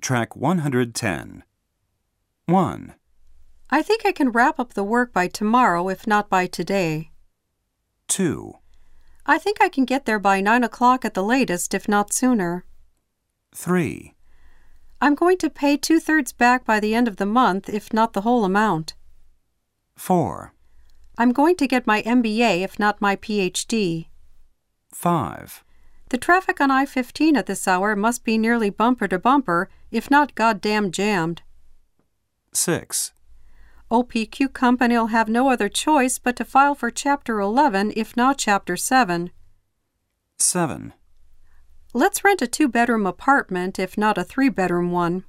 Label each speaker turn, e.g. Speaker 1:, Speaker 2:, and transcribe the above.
Speaker 1: Track 110. 1,
Speaker 2: I think I can wrap up the work by tomorrow, if not by today.
Speaker 1: 2,
Speaker 2: I think I can get there by 9 o'clock at the latest, if not sooner.
Speaker 1: 3,
Speaker 2: I'm going to pay two thirds back by the end of the month, if not the whole amount.
Speaker 1: 4,
Speaker 2: I'm going to get my MBA, if not my PhD.
Speaker 1: 5,
Speaker 2: The traffic on I 15 at this hour must be nearly bumper to bumper, if not goddamn jammed.
Speaker 1: 6,
Speaker 2: OPQ Company'll have no other choice but to file for Chapter 11, if not Chapter 7.
Speaker 1: 7.
Speaker 2: Let's rent a two bedroom apartment, if not a three bedroom one.